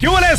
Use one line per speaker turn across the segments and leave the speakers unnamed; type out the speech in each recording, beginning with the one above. tardes,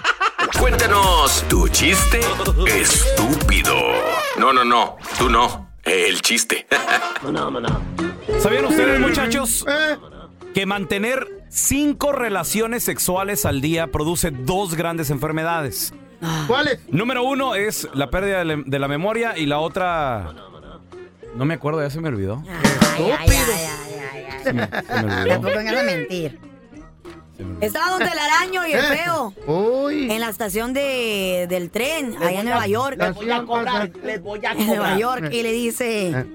Cuéntanos tu chiste estúpido. No, no, no. Tú no. El chiste.
¿Sabían ustedes, muchachos, que mantener cinco relaciones sexuales al día produce dos grandes enfermedades?
¿Cuáles?
Número uno es la pérdida de la- de la memoria y la otra... No me acuerdo, ya se me olvidó.
Ay, ay, ay, ay, ay,
Se me- se me
ay.
olvidó.
Tampoco vengas a mentir. Eh. Estaba Don Telaraño y el feo.
Uy.
En la estación de, del tren, allá en Nueva York.
les voy a cobrar, les
voy a cobrar. Eh. En Nueva York. Y le dice,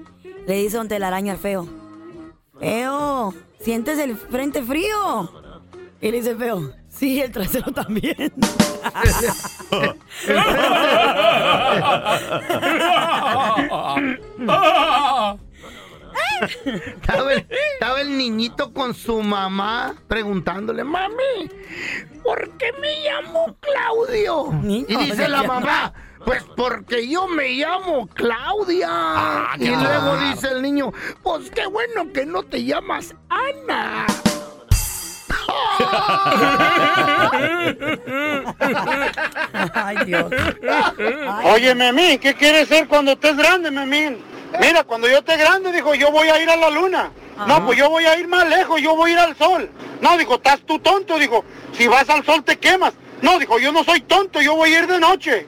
le dice Don Telaraño al feo. Feo, ¿sientes el frente frío? Y le dice el feo, sí, el trasero también.
Estaba el, estaba el niñito con su mamá preguntándole, mami, ¿por qué me llamo Claudio?
Niño,
y dice la mamá, pues porque yo me llamo Claudia. y luego dice el niño, pues qué bueno que no te llamas Ana.
Ay, Dios.
Oye, Memín, ¿qué quieres ser cuando estés grande, Memín? Mira, cuando yo esté grande, dijo, yo voy a ir a la luna. No, pues yo voy a ir más lejos, yo voy a ir al sol. No, dijo, estás tú tonto, dijo, si vas al sol te quemas. No, dijo, yo no soy tonto, yo voy a ir de noche.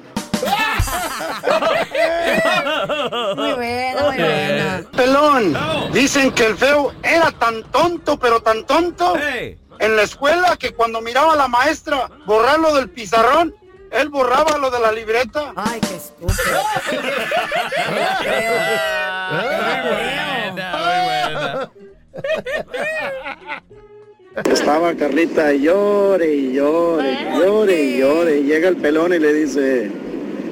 Muy buena, muy buena.
Pelón, dicen que el feo era tan tonto, pero tan tonto,
Ey.
en la escuela que cuando miraba a la maestra borrarlo del pizarrón, él borraba lo de la libreta.
Ay, qué estúpido. Feo.
Estaba Carlita llore y llore, y llore y llore. Y llega el pelón y le dice,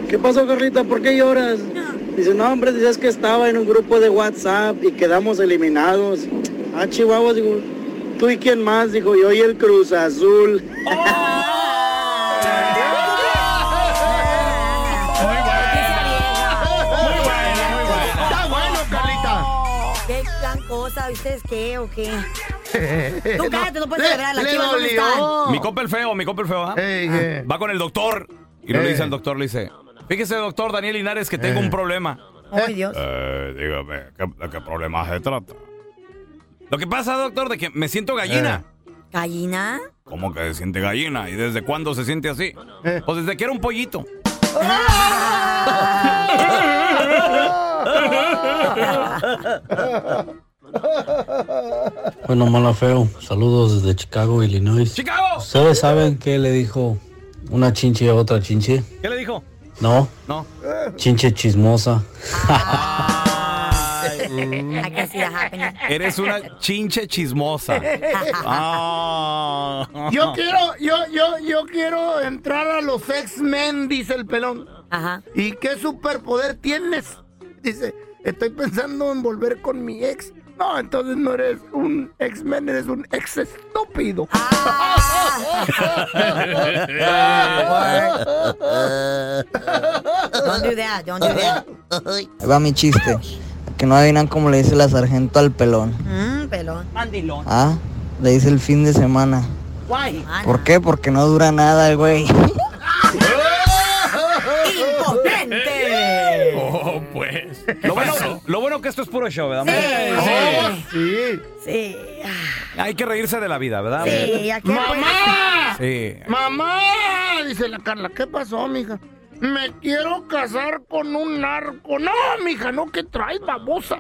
¿qué pasó Carlita? ¿Por qué lloras? Dice, no hombre, dice, es que estaba en un grupo de WhatsApp y quedamos eliminados. Ah, Chihuahua, digo, ¿tú y quién más? Dijo, yo y el Cruz Azul.
Está bueno, Carlita.
¿Qué gran cosa? ¿Ustedes qué o qué? Tú cállate, no puedes
Le-
celebrar. Las
le
chivas dónde
dolió.
están.
Mi compa el feo, mi compa el feo, ¿ah?
Ey, eh.
Va con el doctor y no le
Eh.
dice al doctor, le dice, fíjese doctor Daniel Linares que tengo un problema.
Ay, Dios.
Eh, dígame, ¿de qué problema se trata? Lo que pasa, doctor, de que me siento gallina.
Eh.
¿Gallina?
¿Cómo que se siente gallina? ¿Y desde cuándo se siente así?
Eh.
Pues desde que era un pollito.
Bueno, mala feo, saludos desde Chicago, Illinois.
¡Chicago!
¿Ustedes saben qué le dijo una chinche a otra chinche?
¿Qué le dijo?
No,
No.
chinche chismosa.
I can see that happening.
Ah. Eres una chinche chismosa. Ah.
Yo quiero, yo, yo, yo quiero entrar a los X-Men, dice el pelón.
Ajá.
¿Y qué superpoder tienes? Dice, estoy pensando en volver con mi ex. No, entonces no eres un X-Men, eres un ex estúpido.
Ah, Don't do that, don't do that.
Ahí va mi chiste. Que no adivinan cómo le dice la sargento al pelón.
Mmm, pelón.
Ah, le dice el fin de semana.
Mana.
¿Por qué? Porque no dura nada el güey.
¡Impotente!
Oh, pues. Lo bueno, lo bueno que esto es puro show, ¿verdad? amor?
Oh, sí.
Sí. ah,
Hay que reírse de la vida, ¿verdad?
Sí, ¿a qué
¡Mamá!
Sí.
¡Mamá! Dice la Carla, ¿qué pasó, mija? Me quiero casar con un narco. No, mija, no, que traes babosa.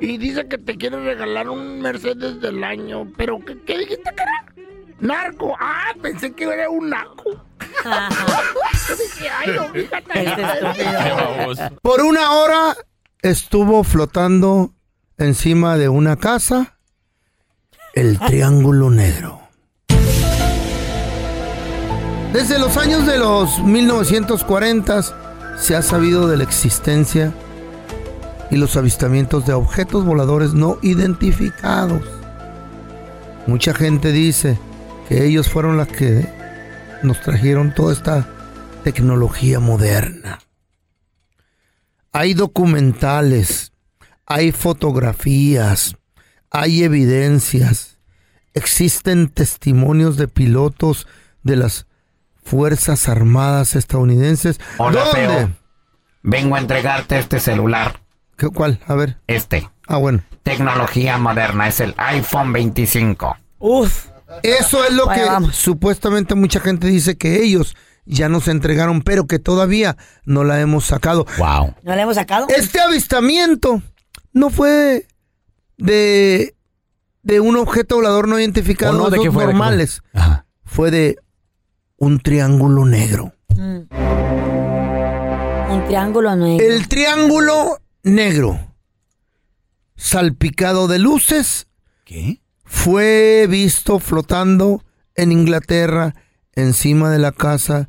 Y dice que te quiere regalar un Mercedes del año. ¿Pero qué, qué dijiste, cara? Narco. Ah, pensé que era un naco. Yo dije, ay, no, mija, Por una hora estuvo flotando encima de una casa el Triángulo Negro. Desde los años de los 1940 se ha sabido de la existencia y los avistamientos de objetos voladores no identificados. Mucha gente dice que ellos fueron las que nos trajeron toda esta tecnología moderna. Hay documentales, hay fotografías, hay evidencias, existen testimonios de pilotos de las Fuerzas Armadas estadounidenses.
Hola,
¿Dónde?
feo. Vengo a entregarte este celular.
¿Qué- ¿Cuál? A ver.
Este.
Ah, bueno.
Tecnología moderna. Es el iPhone 25.
Uf.
Eso es lo que supuestamente mucha gente dice que ellos ya nos entregaron, pero que todavía no la hemos sacado.
Wow.
¿No la hemos sacado?
Este avistamiento no fue de, de un objeto volador no identificado,
¿O no? ¿De
esos
qué fue? ¿De qué fue?
normales. Fue de un triángulo negro.
Un triángulo negro.
El triángulo negro, salpicado de luces,
¿Qué?
fue visto flotando en Inglaterra encima de la casa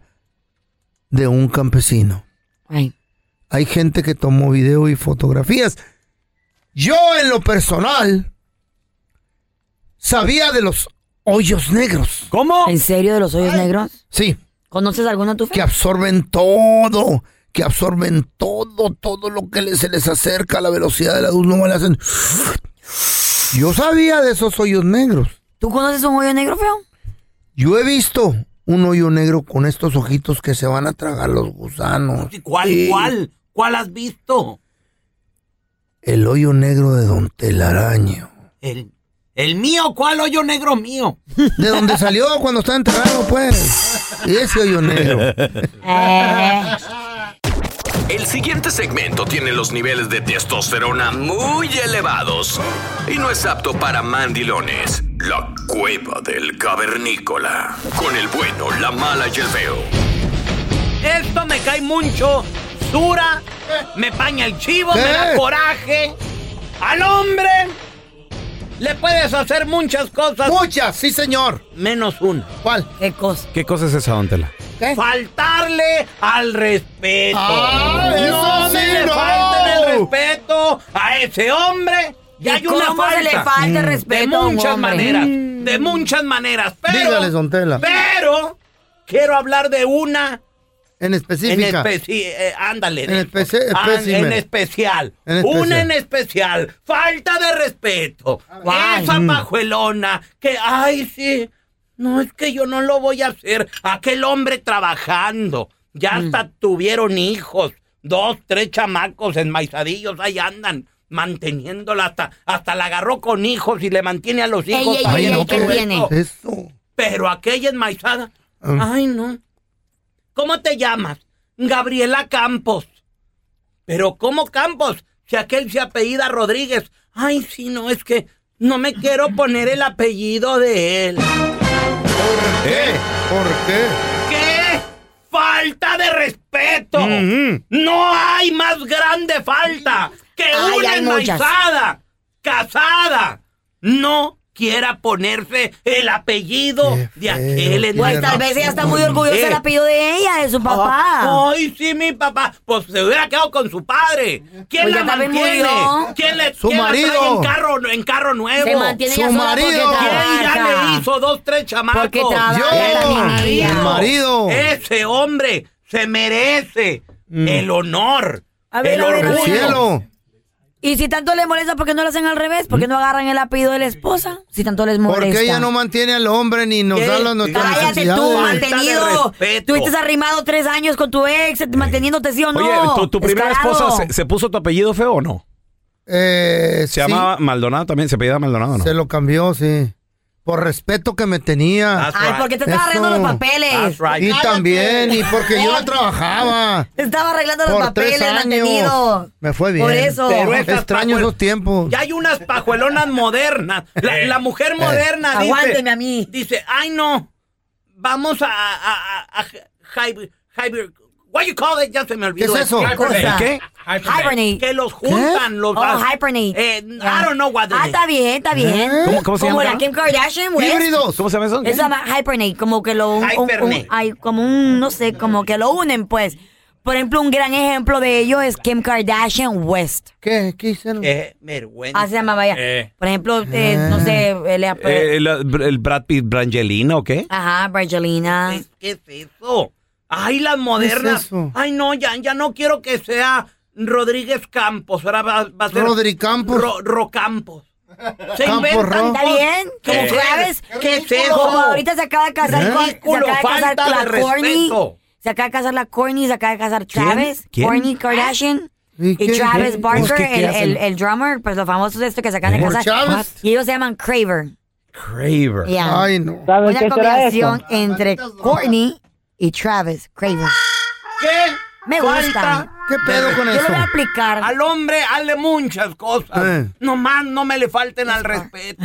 de un campesino.
Ay.
Hay gente que tomó video y fotografías. Yo en lo personal sabía de los hoyos negros.
¿Cómo?
¿En serio de los hoyos negros?
Sí,
¿Conoces alguno tú?
que absorben todo, que absorben todo, todo lo que le- se les acerca a la velocidad de la luz, no le hacen. Yo sabía de esos hoyos negros.
¿Tú conoces un hoyo negro, feo?
Yo he visto un hoyo negro con estos ojitos que se van a tragar los gusanos.
¿Cuál,
Sí,
cuál? ¿Cuál has visto?
El hoyo negro de Don Telaraño.
El, el mío, ¿cuál hoyo negro mío?
De donde salió cuando estaba enterrado, pues. Ese hoyo negro.
Eh.
El siguiente segmento tiene los niveles de testosterona muy elevados y no es apto para mandilones. La cueva del cavernícola. Con el bueno, la mala y el feo.
Esto me cae mucho. Dura, me paña el chivo,
¿Qué?
me da coraje. Al hombre le puedes hacer muchas cosas,
Muchas, sí, señor.
menos una.
¿Cuál?
¿Qué cosa?
¿Qué cosa es esa, don Tela?
¿Qué?
Faltarle al respeto.
Ah,
no
eso
me
sí,
le
no.
falten el respeto a ese hombre.
¿Y
Ya hay una
cómo se
falta.
le falta el respeto a
Mm. de
un
muchas
hombre? Mm.
maneras, de muchas maneras, pero
Dígales, don Tela.
pero quiero hablar de una
En
en
específica.
especi eh, ándale,
En
de-
especi-
ah,
espécimen.
en especial,
En especial.
una en especial, falta de respeto,
Guay.
esa
Mm.
pajuelona que ay sí, no es que yo no lo voy a hacer, aquel hombre trabajando, ya
Mm.
hasta tuvieron hijos, dos, tres chamacos en maizadillos ahí andan manteniéndola hasta hasta la agarró con hijos y le mantiene a los
Ey,
hijos
ey,
también
ey, ey,
con
¿qué
todo
tiene?
esto.
Eso.
Pero aquella enmaizada.
Mm.
Ay, no. ¿Cómo te llamas? Gabriela Campos. Pero ¿cómo Campos? Si aquel se apellida Rodríguez. Ay, sí, no, es que no me quiero poner el apellido de él.
¿Por
¿Eh?
qué? ¿Por qué?
¿Qué? ¡Falta de respeto!
Ujú.
No hay más grande falta que
Ay,
una
hay muchas.
enmaizada, casada, no quiera ponerse el apellido
Qué
de
feo,
aquel
qué
Pues tal vez ella está muy orgullosa del
Eh. ah,
apellido de ella, de su papá.
Ay, sí, mi papá. Pues se hubiera quedado con su padre. ¿Quién
Pues ya
la
también
mantiene?
murió.
¿Quién le
Su
quién la trae
marido.
en carro, en carro nuevo?
Se mantiene
Su
ella sola porque
marido.
¿Quién ya le
trabaja.
hizo dos, tres chamacos?
Porque trabaja
Yo,
también ella.
el marido. Mm.
Ese hombre se merece el honor,
A ver,
el
a ver, a
El
ver.
orgullo.
cielo.
Y si tanto les molesta, ¿por qué no lo hacen al revés? ¿Por qué no agarran el apellido de la esposa? Si tanto les molesta.
Porque ella no mantiene al hombre ni nos
¿Qué?
da las Eh, nuestras
Cállate tú,
necesidades.
Falta de
mantenido.
respeto. Eh.
Tuviste arrimado tres años con tu ex, manteniéndote sí o no.
Oye, ¿tu, tu primera
Descarado.
esposa se, se puso tu apellido feo o no?
Eh, sí,
Se llamaba Maldonado también, se apellidaba Maldonado, o ¿no?
Se lo cambió, sí. Por respeto que me
Ah,
tenía.
That's
Ay,
right.
¿por qué te estaba arreglando los
Eso.
papeles?
That's right.
Y también, y porque yo no trabajaba.
Te estaba arreglando los
Por
papeles,
tres años.
mantenido.
Me fue bien.
Por eso.
Pero es-
Extraño esos tiempos. Eh,
Ya hay unas pajuelonas modernas. La, la mujer moderna dice...
Aguánteme a mí.
dice, ay no, vamos a, a, a, a hy- hyber- what you call it? Ya se me olvidó.
¿Qué es eso?
¿Qué
cosa?
¿Qué?
Ah.
Hibernate.
Que los juntan, los
Oh, hibernate.
Eh,
Ya.
I don't know what it
Ah,
is.
está bien, está bien.
¿Eh?
¿Cómo- cómo se
Como
llama?
la Kim Kardashian, pues. güey.
Híbridos.
¿Cómo se llama eso?
Eso se llama hibernate, como que lo un- un- un-
Hibernate.
ay, como un, no sé, como que lo unen, pues. Por ejemplo, un gran ejemplo de ello es Kim Kardashian West.
¿Qué? ¿Qué hicieron?
Qué vergüenza.
Así se llamaba ella.
Eh.
Por ejemplo, eh, no sé, eh, le-
Eh, el, el Brad Pitt Brangelina o qué?
Ajá, Brangelina.
¿Qué, qué es eso? Oh. Ay, las modernas.
eso?
Ay, no, ya, ya no quiero que sea Rodríguez Campos. Ahora va, va a ser.
Rodri Campos.
Ro, Ro Campos. Se
Campos Ro.
inventan.
¿Está bien? Como
¿Qué
sabes,
¿Qué es eso?
Como ahorita se acaba de casar, con-
Ridículo,
se acaba de casar
falta de
la Corny.
respeto.
Se acaba de casar la Corny, se acaba de casar Travis.
¿Quién?
Corny Kardashian.
¿Y
Y,
qué-
Travis
qué-
Barker,
pues, ¿qué- qué
el,
hacen?
el- el drummer, pues los famosos de esto que se acaban de
¿Por
casar.
Travis?
Y ellos se llaman Craver.
Craver.
Yeah.
Ay, no.
Una combinación entre Courtney y Travis Craver.
¿Qué?
Me gusta.
¿Qué pedo con
Yo lo
eso?
voy a aplicar.
Al hombre, hazle muchas cosas.
Eh.
Nomás no me le falten al respeto.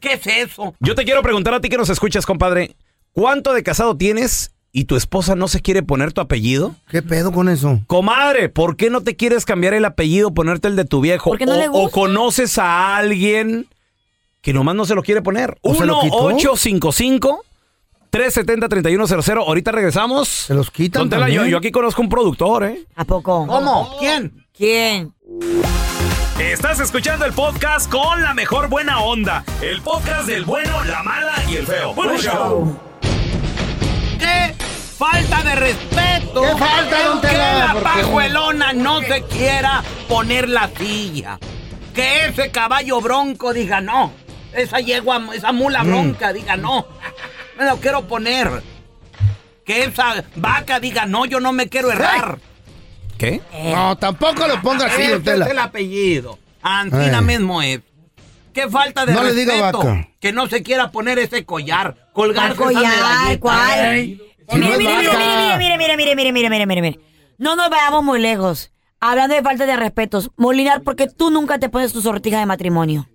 ¿Qué es eso?
Yo te quiero preguntar a ti que nos escuchas, compadre. ¿Cuánto de casado tienes y tu esposa no se quiere poner tu apellido?
¿Qué pedo con eso?
Comadre, ¿por qué no te quieres cambiar el apellido, ponerte el de tu viejo?
Porque no
o,
le gusta.
o conoces a alguien que nomás no se lo quiere poner.
¿O se lo quitó?
1-855-370-3100. Ahorita regresamos.
¿Se los quitan
Don Tela,
también?
yo, yo aquí conozco un productor, ¿eh?
¿A poco?
¿Cómo? ¿Quién?
¿Quién?
Estás escuchando el podcast con la mejor buena onda. El podcast del bueno, la mala y el feo.
¿Qué? Falta de respeto.
¿Qué falta, don
Que
Tela?
la
¿Por qué?
pajuelona no se quiera poner la silla. Que ese caballo bronco diga no. Esa yegua, esa mula
Mm.
bronca diga no. Me lo quiero poner. Que esa vaca diga no, yo no me quiero errar.
¿Qué?
No, tampoco lo ponga así,
Ese
don
es el
Tela.
apellido. Ancina
Ay.
mismo es. Qué falta de
No le
respeto.
diga vaca.
Que no se quiera poner ese collar. Colgar
¿Cuál collar? ¿Cuál?
Si no
Mire,
es
mire, mire,
vaca.
mire, mire, mire, mire, mire, mire, mire, mire. No nos vayamos muy lejos. Hablando de falta de respetos, Molinar, ¿por qué tú nunca te pones tu sortija de matrimonio?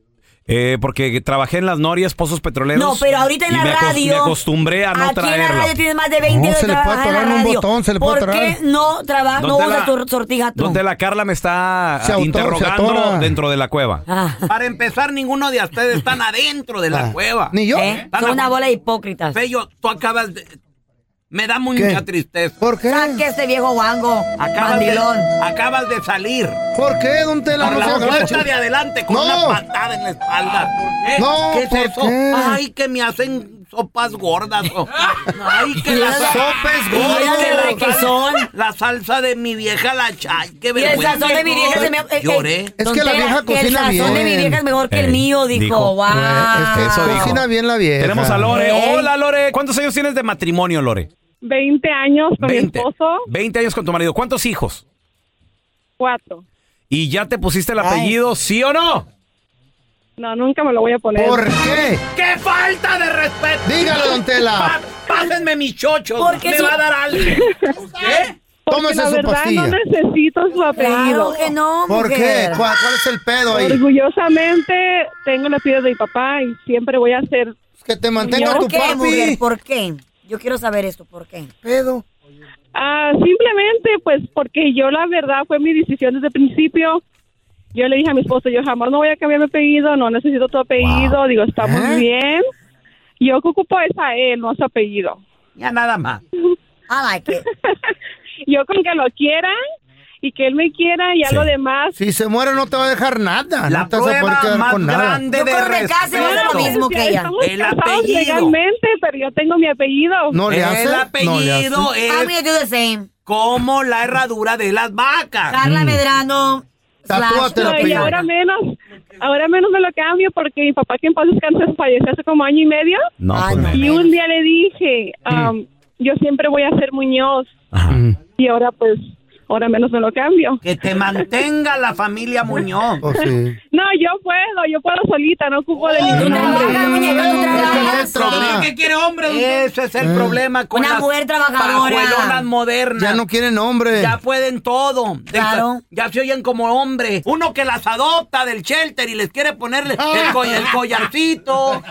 Eh, porque trabajé en las norias, pozos petroleros.
No, pero ahorita en
y
la
me acos-
radio.
Me acostumbré a no
aquí
traerla.
en la radio tienes más de 20
No,
años
se le puede
trabajando en la
atorar un
radio.
botón, se le puede
¿Por qué
atorar.
no trabajas, no
Don
usas
Tela-
tu sortija tú?
Don Tela, Carla me está
Se autora, se
interrogando
atora.
dentro de la cueva.
Ah,
Para empezar, ninguno de ustedes están adentro de la cueva.
Ah. Ni yo.
¿eh? Son una bola de hipócritas.
Fello, tú acabas de... Me da mucha
¿Qué?
tristeza.
¿Por qué?
Saque este viejo guango,
Acabas de,
mandilón.
acabas de salir.
¿Por qué, don Tela?
Por
No
la
se
puerta de
agache.
adelante con
No.
una patada en la espalda. ¿Eh?
No,
¿Qué es
¿por
eso?
qué?
Ay, que me hacen sopas gordas. o- Ay, que las
Sopes
Ay,
gordos.
que la sal- La salsa de mi vieja la chay. Qué
Y el
vergüenza.
sazón de mi vieja se me... eh, eh,
Lloré.
Es
Don
que la
Tela,
vieja
que
cocina
El sazón de mi
bien.
vieja es mejor que el
Ey,
mío, dijo.
dijo.
Wow.
pues,
Eso dijo.
Cocina bien la vieja.
Tenemos a Lore.
Ey.
Hola, Lore. ¿Cuántos años tienes de matrimonio, Lore?
20 años con mi esposo,
20 años con tu marido. ¿Cuántos hijos?
cuatro.
¿Y ya te pusiste el apellido, sí o no?
No, nunca me lo voy a poner.
¿Por qué?
¡Qué falta de respeto!
Dígalo, don Tela.
Ah.
Pa- Pásenme mis chochos.
Porque
me
su-
va a dar alguien. ¿Qué?
Porque
Tómese
la
su
verdad
pastilla.
no necesito su
Claro
apellido.
que no,
¿Por qué?
mujer.
¿Cuál, cuál es el pedo ahí?
Orgullosamente tengo el apellido de mi papá y siempre voy a ser
Que te mantenga tu
¿Por qué, mujer?
papi.
¿Por qué? Yo quiero saber esto, ¿por qué?
pedo?
Ah, simplemente, pues, porque yo la verdad fue mi decisión desde el principio. Yo le dije a mi esposo, yo jamás no voy a cambiar mi apellido, no necesito tu apellido, digo, estamos
¿Eh?
bien. Yo que ocupo es a él, no a su apellido.
Ya nada más.
I like it.
Yo con que lo quiera y que él me quiera, ya
Sí.
lo demás.
Si se muere no te va a dejar nada.
La
no te vas a poder
prueba
quedar
más
con nada.
grande
Yo
de
cuando me case voy a hacer lo
respeto.
mismo que ella.
Estamos
El
casados
apellido.
legalmente, pero yo tengo mi apellido.
No le hace.
El
No le hace.
apellido
I'm
es
gonna do the same.
como la herradura de las vacas.
Mm.
Carla Medrano.
Tatúate el
No, y
apellido.
ahora menos, ahora menos me lo cambio porque mi papá que en paz descanse falleció hace como año y medio.
No,
Ay,
pues
Ah, no.
no.
Y un día le dije, am, yo siempre voy a ser Muñoz
Ajá.
y ahora pues, ahora menos me lo cambio.
Que te mantenga la familia Muñoz.
Oh, sí.
No, yo puedo, yo puedo solita, no ocupo de
Tú
ningún hombre.
trabajas, muñeca, tú trabajas.
Otra.
¿Qué quiere hombre? Ese es el problema con
Mm. Una
las
mujer trabajadora.
pajuelonas modernas.
Ya no quieren hombre.
Ya pueden todo. De-
Claro.
Ya se oyen como hombres. Uno que las adopta del shelter y les quiere ponerle el, co- el collarcito.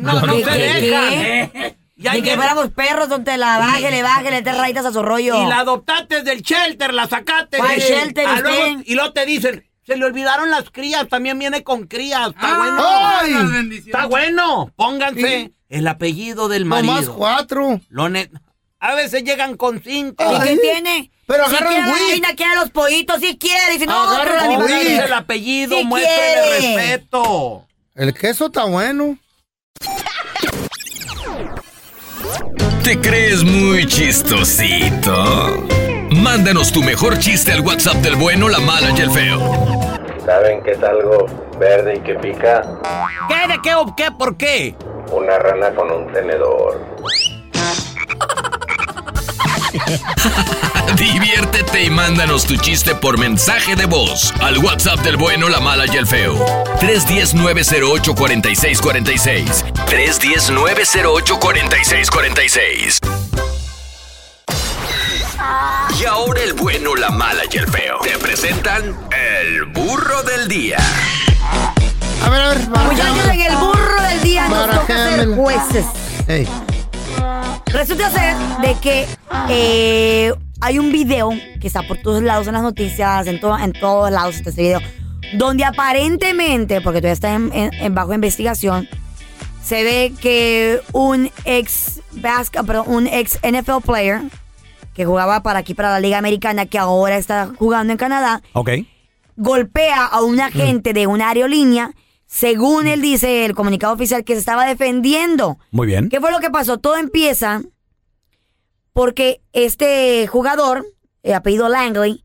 No, no
Ah. ¿Qué,
se
qué,
dejan. Ya
De que
llegan-
fuéramos perros, don Tela. Bájele, bájele, te rayitas a su rollo.
Y la adoptaste del shelter, la sacaste.
¿Cuál
del-
shelter,
Ah, luego-
usted?
y luego te dicen, se le olvidaron las crías, también viene con crías. Está
Ah,
bueno.
¡Ay!
Está bueno. Pónganse el apellido del marido.
Nomás cuatro.
Lo ne- A veces llegan con cinco.
¿Y qué tiene?
Pero
si
agarra el
quiere la
güey.
gallina, quiere a los pollitos, si quiere. y Si no,
Agarra
otro
el
la misma
güey.
gallina.
el apellido,
Si
muéstrale
quiere.
respeto.
El queso está bueno.
¿Te crees muy chistosito? Mándanos tu mejor chiste al WhatsApp del bueno, la mala y el feo.
¿Saben que es algo verde y que pica?
¿Qué? ¿De qué o qué? ¿Por qué?
Una rana con un tenedor.
Diviértete y mándanos tu chiste por mensaje de voz al WhatsApp del bueno, la mala y el feo. 310-908-4646. 310-908-4646. Y ahora el bueno, la mala y el feo. Te presentan el burro del día.
A ver, a ver,
Muchachos, en el burro del día nos toca ser jueces.
Ey.
Resulta ser de que eh, hay un video que está por todos lados en las noticias, en, to- en todos lados está este video, donde aparentemente, porque todavía está en, en- en bajo investigación, se ve que un ex basca- perdón, un ex NFL player que jugaba para aquí para la Liga Americana, que ahora está jugando en Canadá,
Ok.
golpea a
Mm.
un agente de una aerolínea, según él dice el comunicado oficial que se estaba defendiendo.
Muy bien.
¿Qué fue lo que pasó? Todo empieza porque este jugador, eh, apellido Langley,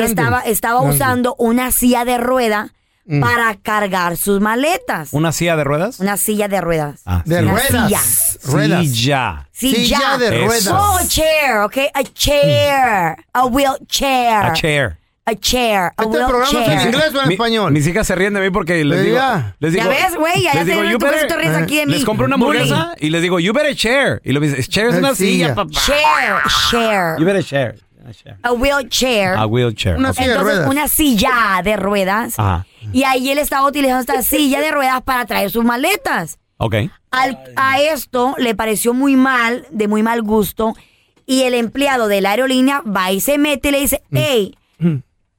estaba, estaba
Langley.
usando una silla de rueda
Mm.
para cargar sus maletas.
¿Una silla de ruedas?
Una silla de ruedas.
Ah,
De
sí.
ruedas.
Ruedas.
Silla.
Silla,
Eso.
Oh, a chair, okay? A chair. A wheelchair.
A chair.
A chair. A wheelchair.
Mi- Mis hijas se ríen de mí porque les
Ya.
digo. Les digo
Ya ves, güey,
les
ya- ya se
digo,
dieron
"You
tu
better-"
beso, te ríes aquí de mí.
Les compro una
Bullying.
hamburguesa y les digo, you better chair. Y lo me dice, chair es una silla, papá.
Chair, chair.
You better chair. A chair.
A wheelchair.
A wheelchair. ok.
Entonces, una silla de ruedas.
Ajá.
Y ahí él estaba utilizando esta silla de ruedas para traer sus maletas.
Ok.
Al- a esto le pareció muy mal, de muy mal gusto. Y el empleado de la aerolínea va y se mete y le dice, hey,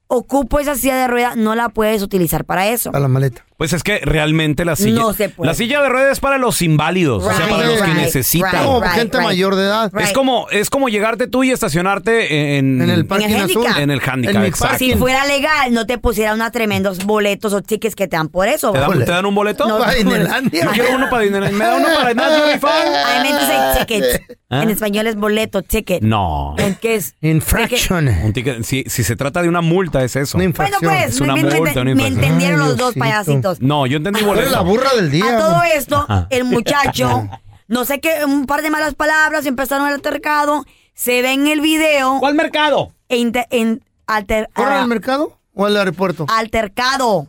ocupo esa silla de ruedas, no la puedes utilizar para eso.
la maleta.
Pues es que realmente la silla.
No se puede.
La silla de ruedas es para los inválidos, o sea,
Right,
para los que
right,
necesitan.
right, No, right, gente right. mayor
de edad.
Es como, es como llegarte tú y estacionarte en, el
parking En el azul. handicap.
En el handicap, exacto.
Si fuera legal, no te pusiera unos tremendos boletos o tickets que te dan por eso.
¿Te dan, te dan un boleto?
No, Para Disneylandia.
Yo quiero uno para Disneylandia. ¿Me da uno para Disneylandia, rifado?
I meant to say ticket.
¿Ah?
En español es boleto, ticket.
No.
¿En qué es?
Infraction.
Un ticket, si, si se trata de una multa, es eso. Una
Bueno, pues,
es una
me, me-
multa,
me-
una
me
infracción.
entendieron los dos payasitos.
No, yo entendí
Tú
boleto.
eres Ah, la burra
del
A todo esto,
Ajá.
el muchacho, no sé qué, un par de malas palabras, empezaron el altercado, se ve en el video. e
¿Cuál mercado?
¿Corre al mercado o al aeropuerto?
ah, Altercado.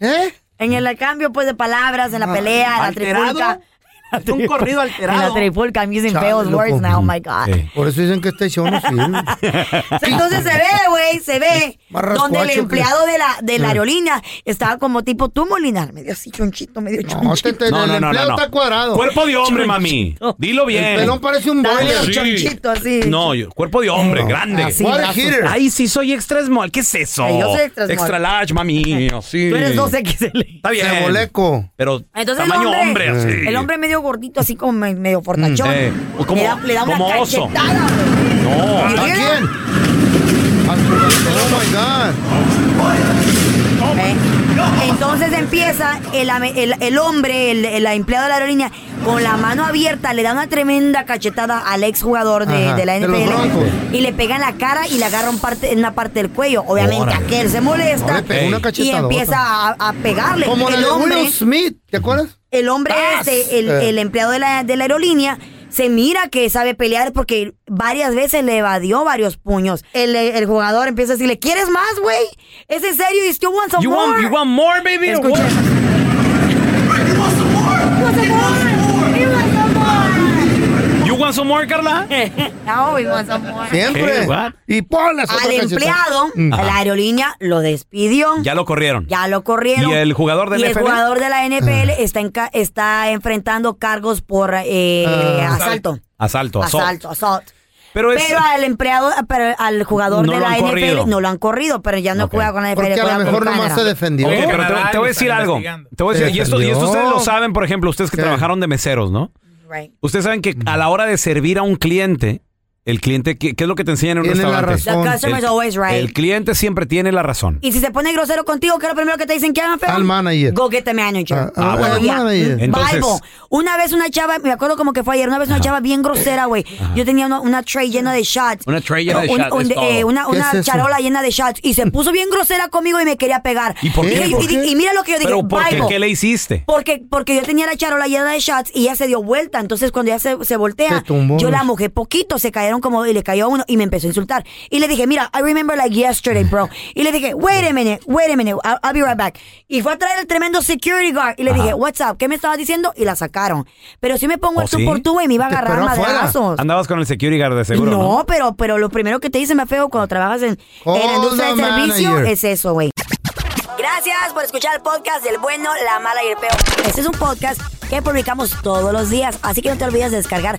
¿Eh?
En el cambio, pues, de palabras, en la pelea, en la
¿Alterado?
tripulca.
Un corrido
En la
alterado.
tripulca, I'm using
Chale,
feos
loco.
words now, oh my God.
Por eso dicen que este show no sirve.
Entonces se ve, güey, se ve
Más rascuacho
donde el
que-
empleado de la, de la
Eh.
aerolínea estaba como tipo tú, Molinar, medio así chonchito, medio chonchito.
te- el este empleado está cuadrado.
Cuerpo de hombre, mami. Dilo bien.
El pelón parece un
Está
boiler.
medio chonchito así.
No, yo- cuerpo de hombre, grande.
así, What a brazos. hitter.
Ay, sí, soy extra small. ¿Qué es eso?
Ay, yo soy extra small.
Extra large, mami. Así.
Tú eres 2XL.
Está bien.
Ceboleco.
Pero
Entonces el
tamaño
hombre,
hombre, así.
el hombre medio gordito, así como me- medio fortachón,
Mm, eh, como-
le da, le da una
como oso.
cachetada.
No.
¿A quién? Al jugador,
Oh my God. ¿Eh? Entonces empieza el, ame- el- el hombre, el, el empleado de la aerolínea, con la mano abierta, le da una tremenda cachetada al exjugador de,
Ajá,
de la
de los
NFL
Broncos.
y le pega en la cara y le agarra un parte, en una parte del cuello. Obviamente
Órale.
aquel se
No,
molesta
le pegó una
y
cachetadota.
empieza a, a pegarle.
Como la
el
de
hombre,
Will Smith, ¿te acuerdas?
el hombre este, el,
Eh.
el empleado de la, de la aerolínea, se mira que sabe pelear porque varias veces le evadió varios puños. El, el jugador empieza a decirle, ¿quieres más, güey? ¿Es en serio? ¿Y you want some
You
more?
want, you want more, baby? or what? You want some more, Eh. Carla?
no, we want some more.
Siempre. ¿Qué? What?
Y ponlas
Al empleado,
Ajá.
la aerolínea lo despidió.
Ya lo corrieron.
Ya lo corrieron.
¿Y el jugador del
Y el
NFL?
jugador de la NFL está, en ca- está enfrentando cargos por eh,
Ah.
asalto.
Asalto, asalto.
Asalto, asalto.
Pero
Pero,
es-
al empleado, pero al jugador
No
de
lo
la
han
NFL
corrido.
no lo han corrido, pero ya no juega con la NFL.
Porque a lo
juega
mejor
con
nomás
Canadá.
se defendió.
Ok,
¿Eh?
pero te, te voy a decir algo. Te voy a
Se
decir, y esto, y esto
defendió.
ustedes lo saben, por ejemplo, ustedes que trabajaron de meseros, ¿no?
Right.
Ustedes saben que a la hora de servir a un cliente, El cliente, ¿qué, qué es lo que te enseñan en un
Tiene la
restaurante?
razón. The customer is always right.
el cliente siempre tiene la razón.
Y si se pone grosero contigo, ¿qué es lo primero que te dicen que hagan, feo?
Al manager.
Go get the manager.
ah, bueno.
Todavía.
Al manager.
Mm,
Entonces-
Bible. Una vez una chava, me acuerdo como que fue ayer, una vez una chava bien grosera, güey. Yo tenía una, una tray llena de shots.
Una tray llena de
Un-
shots,
un-
es
eh,
todo.
una
¿Qué
una
es eso?
charola llena de shots. Y se puso bien grosera conmigo y me quería pegar.
¿Y por qué?
dije-
¿Por
y di-
qué?
y mira lo que yo dije,
Pero ¿por qué?
Bible.
¿Qué le hiciste?
Porque, porque yo tenía la charola llena de shots y ella se dio vuelta. Entonces, cuando ella se, se
Se
voltea,
tumbó.
yo la mojé poquito, se cayeron como y le cayó uno y me empezó a insultar. Y le dije, mira, I remember like yesterday, bro. Y le dije, wait a minute, wait a minute, I'll, I'll be right back. Y fue a traer el tremendo security guard y le
Ajá.
dije, what's up, ¿qué me estabas diciendo? Y la sacaron. Pero si me pongo
¿Oh,
el tú
sí?
por tú, güey, me iba a agarrar madrazos.
Andabas con el security guard de seguro, ¿no?
No, pero, pero lo primero que te dicen, me feo, cuando trabajas en, en la
Call
industria
the
de servicio
manager.
es eso, güey. Gracias por escuchar el podcast del bueno, la mala y el peor. Este es un podcast que publicamos todos los días, así que no te olvides de descargar